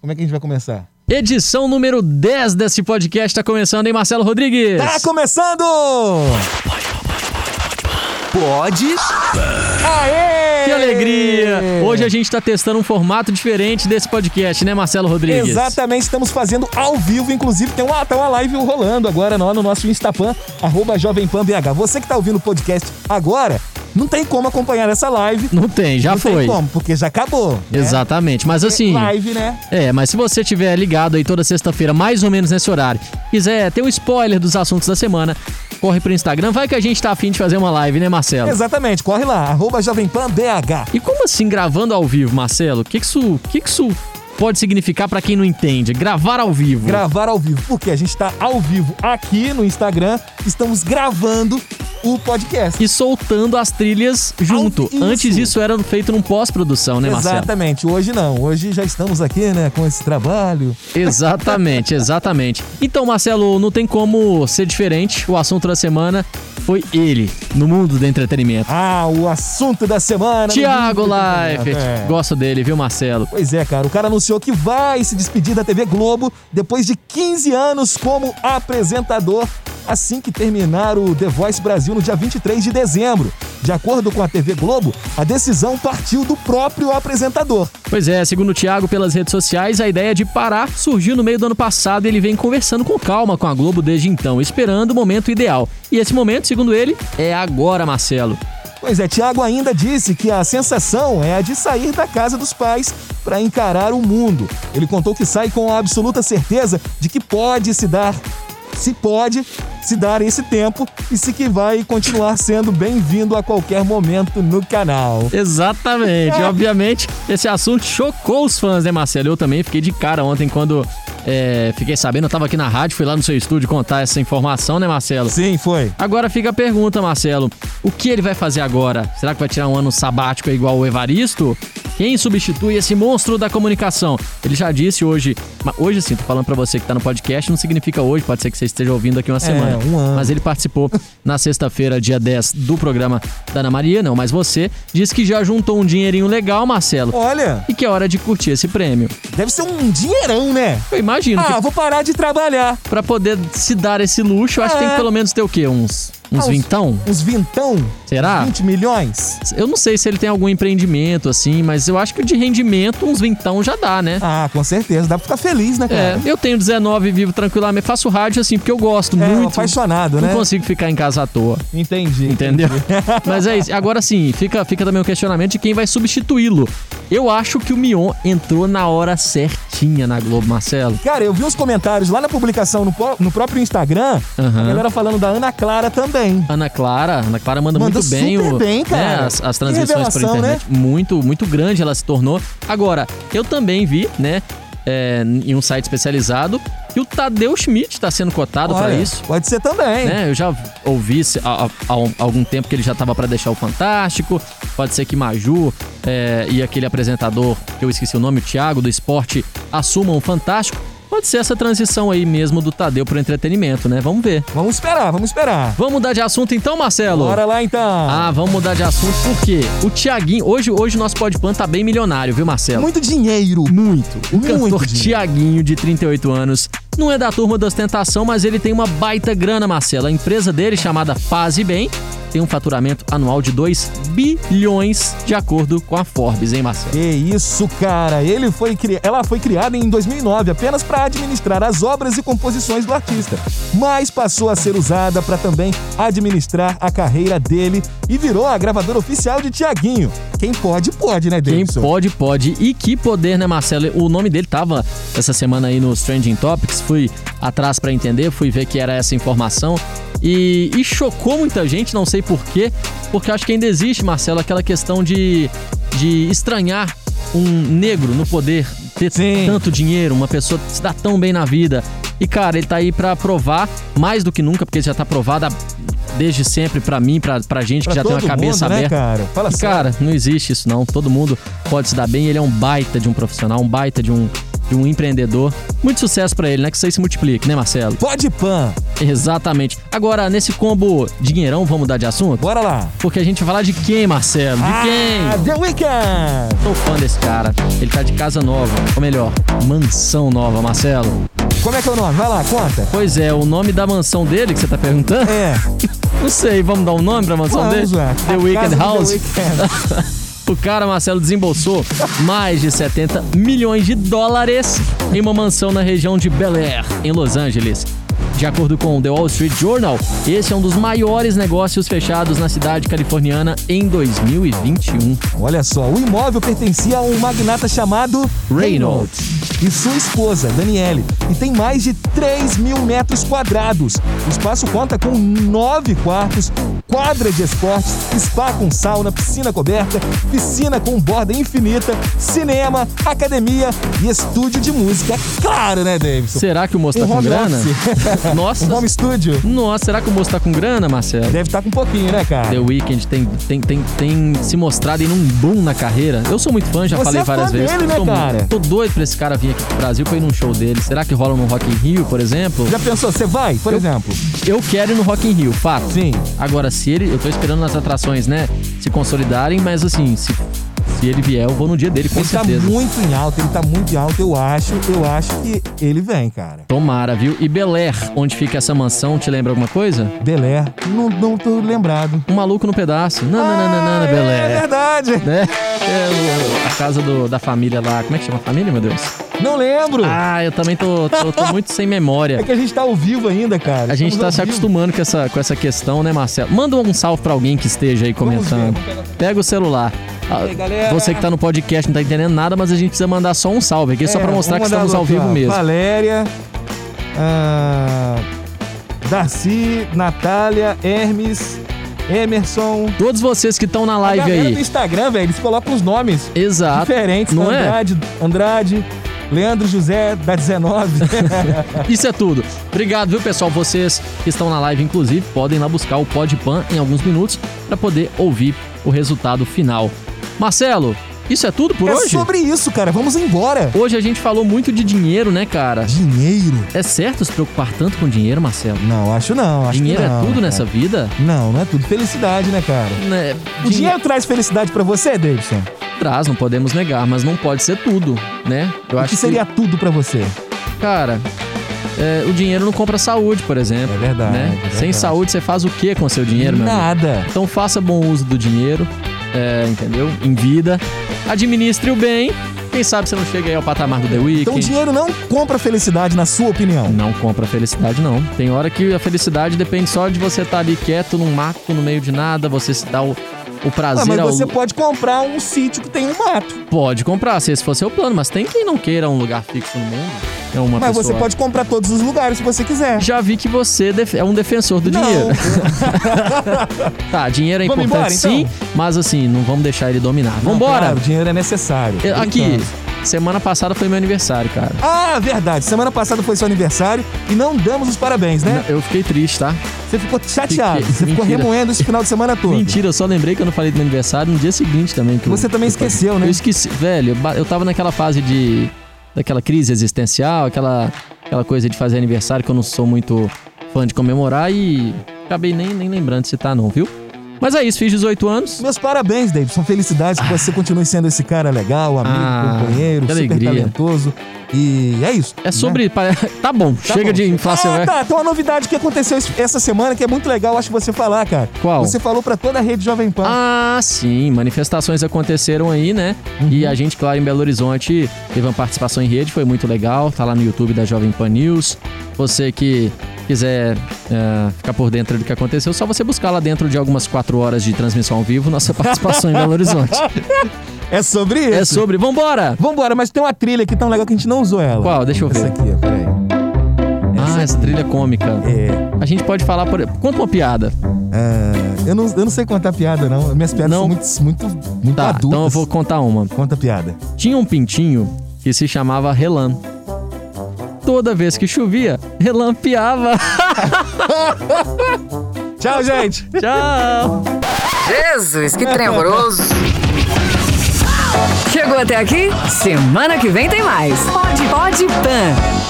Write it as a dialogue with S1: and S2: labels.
S1: Como é que a gente vai começar?
S2: Edição número 10 desse podcast tá começando, hein, Marcelo Rodrigues?
S1: Tá começando! Pode. Aê!
S2: Que alegria! Hoje a gente tá testando um formato diferente desse podcast, né, Marcelo Rodrigues?
S1: Exatamente, estamos fazendo ao vivo, inclusive tem uma, tá uma live rolando agora lá no nosso Instapan, arroba Jovem Pan BH. Você que tá ouvindo o podcast agora, não tem como acompanhar essa live.
S2: Não tem, já
S1: não
S2: foi.
S1: tem como, porque já acabou. né?
S2: Exatamente, mas assim.
S1: Live, né?
S2: É, mas se você tiver ligado aí toda sexta-feira, mais ou menos nesse horário, quiser ter um spoiler dos assuntos da semana, corre pro Instagram. Vai que a gente tá afim de fazer uma live, né, Marcelo?
S1: Exatamente, corre lá, arroba Jovem Pan BH.
S2: E como assim gravando ao vivo, Marcelo? O que, que isso, que que isso pode significar pra quem não entende? Gravar ao vivo.
S1: gravar ao vivo, porque a gente tá ao vivo aqui no Instagram, estamos gravando o podcast.
S2: e soltando as trilhas junto.
S1: isso.
S2: Antes isso era feito num pós-produção, né, Marcelo?
S1: Exatamente, hoje não, hoje já estamos aqui, né, com esse trabalho.
S2: Exatamente, exatamente. Então, Marcelo, não tem como ser diferente. O assunto da semana foi ele, no mundo do entretenimento.
S1: Ah, o assunto da semana.
S2: Tiago
S1: No vídeo do
S2: Leifert.
S1: campeonato, é.
S2: Gosto dele, viu, Marcelo?
S1: Pois é, cara, o cara anunciou que vai se despedir da TV Globo depois de 15 anos como apresentador, assim que terminar o The Voice Brasil no dia 23 de dezembro. De acordo com a TV Globo, a decisão partiu do próprio apresentador.
S2: Pois é, segundo o Thiago, pelas redes sociais, a ideia de parar surgiu no meio do ano passado e ele vem conversando com calma com a Globo desde então, esperando o momento ideal. E esse momento, segundo ele, é agora, Marcelo.
S1: Pois é, Thiago ainda disse que a sensação é a de sair da casa dos pais para encarar o mundo. Ele contou que sai com a absoluta certeza de que pode se dar, se pode se dar esse tempo e se que vai continuar sendo bem-vindo a qualquer momento no canal.
S2: Exatamente. Obviamente, esse assunto chocou os fãs, né, Marcelo? Eu também fiquei de cara ontem quando é, fiquei sabendo. Eu tava aqui na rádio, fui lá no seu estúdio contar essa informação, né, Marcelo?
S1: Sim, foi.
S2: Agora fica a pergunta, Marcelo. O que ele vai fazer agora? Será que vai tirar um ano sabático igual o Evaristo? Quem substitui esse monstro da comunicação? Ele já disse hoje. ma- Hoje sim, tô falando pra você que tá no podcast, não significa hoje, pode ser que você esteja ouvindo aqui uma semana.
S1: um ano.
S2: Mas ele participou na sexta-feira, dia 10, do programa da Ana Maria, não, mas você, disse que já juntou um dinheirinho legal, Marcelo,
S1: Olha,
S2: e que é hora de curtir esse prêmio.
S1: deve ser um dinheirão, né?
S2: Eu imagino que
S1: Ah, vou parar de trabalhar.
S2: pra poder se dar esse luxo, eu acho que tem
S1: É.
S2: que pelo menos ter o quê? Uns,
S1: Ah,
S2: uns
S1: uns-
S2: vintão?
S1: Uns vintão?
S2: Será?
S1: 20 milhões?
S2: Eu não sei se ele tem algum empreendimento, assim, mas eu acho que de rendimento, uns vintão já dá, né?
S1: Ah, com certeza. Dá pra ficar feliz, né,
S2: É,
S1: cara?
S2: eu tenho 19 vivo tranquilamente, faço rádio assim, porque eu gosto
S1: É,
S2: muito.
S1: apaixonado,
S2: Não
S1: né?
S2: consigo ficar em casa à toa,
S1: Entendi.
S2: entendeu? Mas é isso. Agora sim, fica, fica também o questionamento de quem vai substituí-lo. Eu acho que o Mion entrou na hora certinha na Globo, Marcelo.
S1: Cara, eu vi uns comentários lá na publicação, no, pró- no próprio Instagram,
S2: Aham.
S1: a galera falando da Ana Clara também.
S2: Ana Clara, Ana Clara manda,
S1: Manda
S2: muito bem,
S1: super
S2: o-
S1: bem,
S2: né,
S1: cara.
S2: as, as
S1: Que
S2: transmissões por
S1: revelação, né?
S2: internet. Muito, muito grande ela se tornou. Agora, eu também vi, né, é, em um site especializado, que o Tadeu Schmidt está sendo cotado para
S1: Olha,
S2: isso.
S1: Pode ser também.
S2: Né? Eu já ouvi se- há, há- há algum tempo que ele já tava para deixar o Fantástico. Pode ser que Maju é, e aquele apresentador, que eu esqueci o nome, o Thiago, do esporte, assumam o Fantástico. Pode ser essa transição aí mesmo do Tadeu pro entretenimento, né? Vamos ver.
S1: Vamos esperar, vamos esperar.
S2: Vamos mudar de assunto então, Marcelo?
S1: Bora lá então.
S2: Ah, vamos mudar de assunto porque o Tiaguinho, hoje, hoje o nosso podpan tá bem milionário, viu, Marcelo?
S1: Muito dinheiro. Muito.
S2: o cantor
S1: dinheiro.
S2: Tiaguinho, de 38 anos, não é da turma da ostentação, mas ele tem uma baita grana, Marcelo. A empresa dele, chamada Paz e Bem, tem um faturamento anual de 2 bilhões, de acordo com a Forbes, hein, Marcelo?
S1: Que isso, cara. Ele foi cri... Ela foi criada em 2009 apenas para administrar as obras e composições do artista, mas passou a ser usada para também administrar a carreira dele e virou a gravadora oficial de Tiaguinho. Quem pode, pode, né,
S2: Quem
S1: Davidson?
S2: pode, pode. E que poder, né, Marcelo? O nome dele tava essa semana aí nos Trending Topics. Fui atrás pra entender, fui ver que era essa informação. E, e chocou muita gente, não sei porquê, porque acho que ainda existe, Marcelo, aquela questão de, de estranhar um negro no poder, ter
S1: Sim.
S2: tanto dinheiro, uma pessoa que se dá tão bem na vida. E, cara, ele tá aí pra provar, mais do que nunca, porque ele já tá provado há- desde sempre pra mim, pra, pra gente
S1: Pra
S2: que já tem uma
S1: todo
S2: cabeça
S1: mundo, né,
S2: aberta.
S1: cara? Fala
S2: E,
S1: sério.
S2: cara, não existe isso não. Todo mundo pode se dar bem. Ele é um baita de um profissional, um baita de um, de um empreendedor. Muito sucesso pra ele, né? Que isso aí se multiplique, né, Marcelo?
S1: Pode pan.
S2: Exatamente. Agora, nesse combo dinheirão, vamos mudar de assunto?
S1: Bora lá.
S2: Porque a gente vai falar de quem, Marcelo? De quem?
S1: Ah, The Weeknd.
S2: Sou fã desse cara. Ele tá de casa nova, ou melhor, mansão nova, Marcelo.
S1: Como é que é o nome? Vai lá, conta.
S2: Pois é, o nome da mansão dele que você tá perguntando?
S1: É.
S2: Não sei, vamos dar um nome pra mansão
S1: Vamos,
S2: dele?
S1: ué.
S2: The
S1: A
S2: Weekend
S1: casa do The
S2: House.
S1: Weeknd.
S2: o cara, Marcelo, desembolsou mais de 70 milhões de dólares em uma mansão na região de Bel Air, em Los Angeles. De acordo com o The Wall Street Journal, esse é um dos maiores negócios fechados na cidade californiana em 2021.
S1: Olha só, o imóvel pertencia a um magnata chamado
S2: Reynolds.
S1: e sua esposa, Daniele, e tem mais de 3 mil metros quadrados. O espaço conta com nove quartos, quadra de esportes, spa com sauna, piscina coberta, piscina com borda infinita, cinema, academia e estúdio de música. Claro, né, Davidson?
S2: Será que o moço tá
S1: Um
S2: com
S1: home
S2: grana?
S1: office.
S2: Nossa,
S1: Um home studio?
S2: nossa, será que o moço tá com grana, Marcelo?
S1: Deve estar com um pouquinho, né, cara?
S2: The Weeknd tem, tem, tem, tem se mostrado em um boom na carreira. Eu sou muito fã, já
S1: Você
S2: falei
S1: é fã
S2: várias vezes.
S1: dele, né,
S2: Sou muito.
S1: cara?
S2: Tô doido pra esse cara vir aqui pro Brasil pra ir num show dele. Será que rola no Rock in Rio, por exemplo?
S1: Já pensou, você vai, por exemplo?
S2: Eu quero ir no Rock in Rio, fato.
S1: Sim.
S2: Agora, se ele. Eu tô esperando as atrações, né? Se consolidarem, mas assim, se, se ele vier, eu vou no dia dele, com
S1: Ele tá
S2: certeza.
S1: muito em alta, ele tá muito em alta, eu acho, eu acho que ele vem, cara.
S2: Tomara, viu? E Bel Air, onde fica essa mansão, te lembra alguma coisa?
S1: Belé, não, não tô lembrado.
S2: Um maluco no pedaço. Não, não, não, não, não, não, Bel
S1: É
S2: Air.
S1: verdade.
S2: Né? É o- a casa do- da família lá. Como é que chama a família, meu Deus?
S1: Não lembro.
S2: Ah, eu também tô, tô- tô muito sem memória.
S1: É que a gente tá ao vivo ainda, cara.
S2: A gente tá
S1: Estamos
S2: se
S1: ao vivo.
S2: acostumando com essa, com essa questão, né, Marcelo? Manda um salve pra alguém que esteja aí comentando. Pega o celular. Ah,
S1: aí, galera?
S2: Você que tá no podcast não tá entendendo nada, mas a gente precisa mandar só um salve aqui, só
S1: É,
S2: pra mostrar que
S1: vamos mandar
S2: estamos ao
S1: outro,
S2: vivo
S1: ó.
S2: mesmo.
S1: Valéria, ah, Darcy, Natália, Hermes, Emerson.
S2: Todos vocês que estão na
S1: A
S2: live
S1: galera do
S2: aí.
S1: Instagram, velho, eles colocam os nomes
S2: Exato.
S1: diferentes.
S2: Não é?
S1: Andrade, Andrade, Leandro José, da 19.
S2: Isso é tudo. Obrigado, viu, pessoal? Vocês que estão na live, inclusive, podem ir lá buscar o Podpan em alguns minutos pra poder ouvir o resultado final. Marcelo, isso é tudo por
S1: é
S2: hoje?
S1: sobre isso, cara. Vamos embora.
S2: Hoje a gente falou muito de dinheiro, né, cara?
S1: Dinheiro?
S2: É certo se preocupar tanto com dinheiro, Marcelo?
S1: Não, acho não. Acho
S2: dinheiro
S1: que não,
S2: é tudo
S1: cara.
S2: nessa vida?
S1: Não, não é tudo. Felicidade, né, cara?
S2: Né,
S1: O dinheiro traz felicidade pra você, Davidson?
S2: traz, não podemos negar, mas não pode ser tudo, né? Eu
S1: O que seria tudo pra você?
S2: Cara, é, o dinheiro não compra saúde, por exemplo.
S1: É verdade,
S2: né?
S1: é verdade.
S2: Sem saúde, você faz o que com o seu dinheiro, meu amigo?
S1: Nada.
S2: Então faça bom uso do dinheiro, é, entendeu? Em vida. Administre-o bem. Quem sabe você não chega aí ao patamar do The Weeknd.
S1: Então o dinheiro não compra felicidade, na sua opinião.
S2: Não compra felicidade, não. Tem hora que a felicidade depende só de você estar ali quieto, num mato, no meio de nada, você se dá o, o
S1: Ah,
S2: prazer
S1: mas
S2: ao.
S1: você pode comprar um sítio que tem um mato.
S2: Pode comprar, se esse for seu plano, mas tem quem não queira um lugar fixo no mundo. É uma
S1: Mas
S2: pessoa.
S1: você pode comprar todos os lugares se você quiser.
S2: Já vi que você def- é um defensor do
S1: Não.
S2: dinheiro. Tá, dinheiro é
S1: Vamos
S2: importante
S1: embora, então?
S2: sim, mas assim, não vamos deixar ele dominar. Vambora!
S1: Claro, o dinheiro é necessário.
S2: Eu- Aqui,
S1: Brincando.
S2: semana passada foi meu aniversário, cara.
S1: Ah, verdade. Semana passada foi seu aniversário e não damos os parabéns, né?
S2: Eu fiquei triste, tá?
S1: Você ficou chateado.
S2: Fiquei.
S1: Você ficou
S2: Mentira.
S1: remoendo esse final de semana todo.
S2: Mentira, eu só lembrei que eu não falei do meu aniversário no dia seguinte também. que eu-
S1: Você também
S2: eu-
S1: esqueceu, né?
S2: Eu esqueci, velho, eu ba- eu tava naquela fase de. daquela crise existencial, aquela, aquela coisa de fazer aniversário que eu não sou muito fã de comemorar e acabei nem, nem lembrando de citar, não, viu? Mas é isso, fiz 18 anos. é
S1: Meus parabéns, Davidson. Felicidades que você continue sendo esse cara legal, amigo,
S2: Ah,
S1: companheiro,
S2: que
S1: super
S2: alegria.
S1: talentoso. E é isso.
S2: É sobre. pa- Tá bom,
S1: Tá
S2: chega
S1: bom.
S2: de inflação.
S1: Ah,
S2: é.
S1: tá. Tem uma novidade que aconteceu es- essa semana que é muito legal, acho que você falar, cara.
S2: Qual?
S1: Você falou pra toda a rede Jovem Pan.
S2: Ah, sim, manifestações aconteceram aí, né? E a gente, claro, em Belo Horizonte teve uma participação em rede, foi muito legal. Tá lá no YouTube da Jovem Pan News. Você que quiser é, ficar por dentro do que aconteceu, só você buscar lá dentro de algumas quatro horas de transmissão ao vivo nossa participação em Belo Horizonte.
S1: é sobre isso.
S2: É sobre. Vambora!
S1: Vambora, mas tem uma trilha aqui tão legal que a gente não usou ela.
S2: Qual? Deixa eu
S1: Essa
S2: ver.
S1: aqui, ó, peraí.
S2: Ah, essa trilha cômica.
S1: É.
S2: A gente pode falar por. Conta uma piada.
S1: ah, eu, não, eu não sei contar piada, não. Minhas piadas
S2: Não.
S1: são muito, muito, muito
S2: Tá,
S1: adultas.
S2: então eu vou contar uma.
S1: Conta a piada.
S2: Tinha um pintinho que se chamava Relan. Toda vez que chovia, relampeava.
S1: Tchau, gente!
S2: Tchau!
S3: Jesus, que tremoroso. Chegou até aqui? Semana que vem tem mais. Pode, pode, pan.